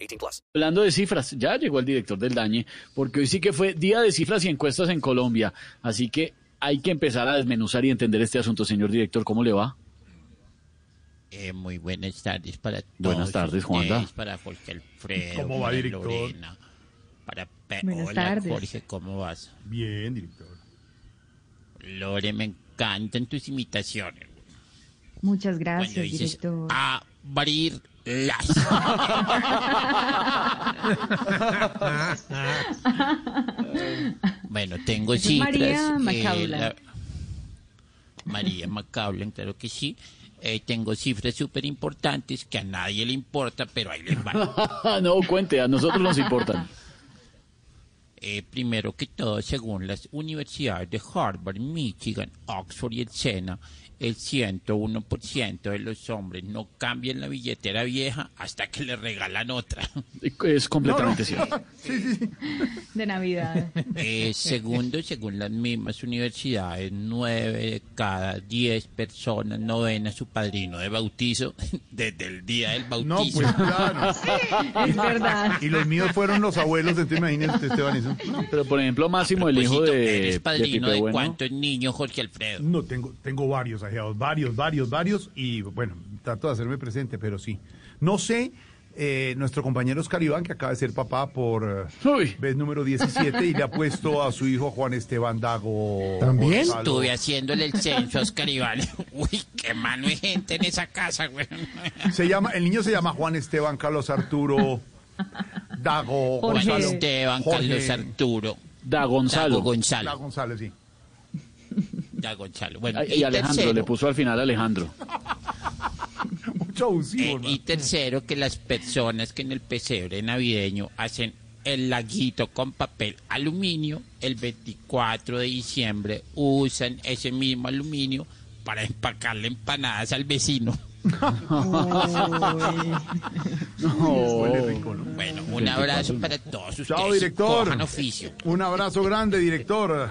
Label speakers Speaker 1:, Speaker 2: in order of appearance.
Speaker 1: 18 plus.
Speaker 2: Hablando de cifras, ya llegó el director del Dañe, porque hoy sí que fue día de cifras y encuestas en Colombia. Así que hay que empezar a desmenuzar y entender este asunto, señor director. ¿Cómo le va?
Speaker 3: Eh, muy buenas tardes para todos.
Speaker 2: Buenas tardes, Juanda.
Speaker 3: ustedes, Para Jorge Alfredo.
Speaker 4: ¿Cómo va,
Speaker 3: para
Speaker 4: director?
Speaker 3: Lorena, para Pe-
Speaker 5: Buenas
Speaker 3: Hola,
Speaker 5: tardes.
Speaker 3: Jorge, ¿cómo vas?
Speaker 4: Bien, director.
Speaker 3: Lore, me encantan tus imitaciones.
Speaker 5: Muchas gracias,
Speaker 3: Cuando dices "Ah".
Speaker 5: director.
Speaker 3: abrir las. bueno, tengo
Speaker 5: Esa es
Speaker 3: cifras.
Speaker 5: María
Speaker 3: eh,
Speaker 5: Macaulay.
Speaker 3: María Macaulay, claro que sí. Eh, tengo cifras súper importantes que a nadie le importa, pero ahí les van.
Speaker 2: no, cuente, a nosotros nos importan.
Speaker 3: Eh, primero que todo, según las universidades de Harvard, Michigan, Oxford y el Sena, el 101% de los hombres no cambian la billetera vieja hasta que le regalan otra.
Speaker 2: Es completamente cierto.
Speaker 5: De Navidad.
Speaker 3: Eh, segundo, según las mismas universidades, 9 de cada 10 personas no ven a su padrino de bautizo desde el día del
Speaker 4: No,
Speaker 3: bautizo.
Speaker 4: pues claro.
Speaker 5: es verdad.
Speaker 4: Y los míos fueron los abuelos, entonces imagínate, Esteban, eso.
Speaker 2: Pero, por ejemplo, Máximo, el hijo
Speaker 3: Rosito,
Speaker 2: de,
Speaker 3: ¿eres
Speaker 2: de
Speaker 3: Pues, padrino
Speaker 2: Pipe
Speaker 3: de
Speaker 2: Bueno.
Speaker 3: cuántos niños, Jorge Alfredo?
Speaker 4: No, tengo, tengo varios ajeados, varios, varios, varios, y bueno, trato de hacerme presente, pero sí. No sé, eh, nuestro compañero Oscar Iván, que acaba de ser papá por eh,
Speaker 2: Uy.
Speaker 4: vez número 17, y le ha puesto a su hijo Juan Esteban Dago.
Speaker 6: ¿También?
Speaker 4: Gonzalo.
Speaker 3: Estuve haciéndole el censo a Oscar Iván. Uy, qué mano de gente en esa casa, güey.
Speaker 4: Se llama, el niño se llama Juan Esteban Carlos Arturo Dago
Speaker 5: Jorge.
Speaker 3: Juan
Speaker 4: Gonzalo.
Speaker 3: Esteban,
Speaker 4: Jorge.
Speaker 3: Carlos Arturo.
Speaker 2: Da
Speaker 3: Dago
Speaker 2: Gonzalo.
Speaker 4: Dago
Speaker 3: Gonzalo.
Speaker 4: González, sí.
Speaker 3: Dago Gonzalo. Bueno,
Speaker 2: Ay, Y Alejandro,
Speaker 3: tercero,
Speaker 2: le puso al final Alejandro.
Speaker 4: Mucho abusivo,
Speaker 3: eh,
Speaker 4: hermano.
Speaker 3: y tercero, que las personas que en el pesebre navideño hacen el laguito con papel aluminio, el 24 de diciembre usan ese mismo aluminio para empacarle empanadas al vecino.
Speaker 4: Huele rico, ¿no?
Speaker 3: Bueno, un abrazo para todos ustedes.
Speaker 4: Chao,
Speaker 3: y
Speaker 4: director.
Speaker 3: cojan oficio.
Speaker 4: Un abrazo grande, director.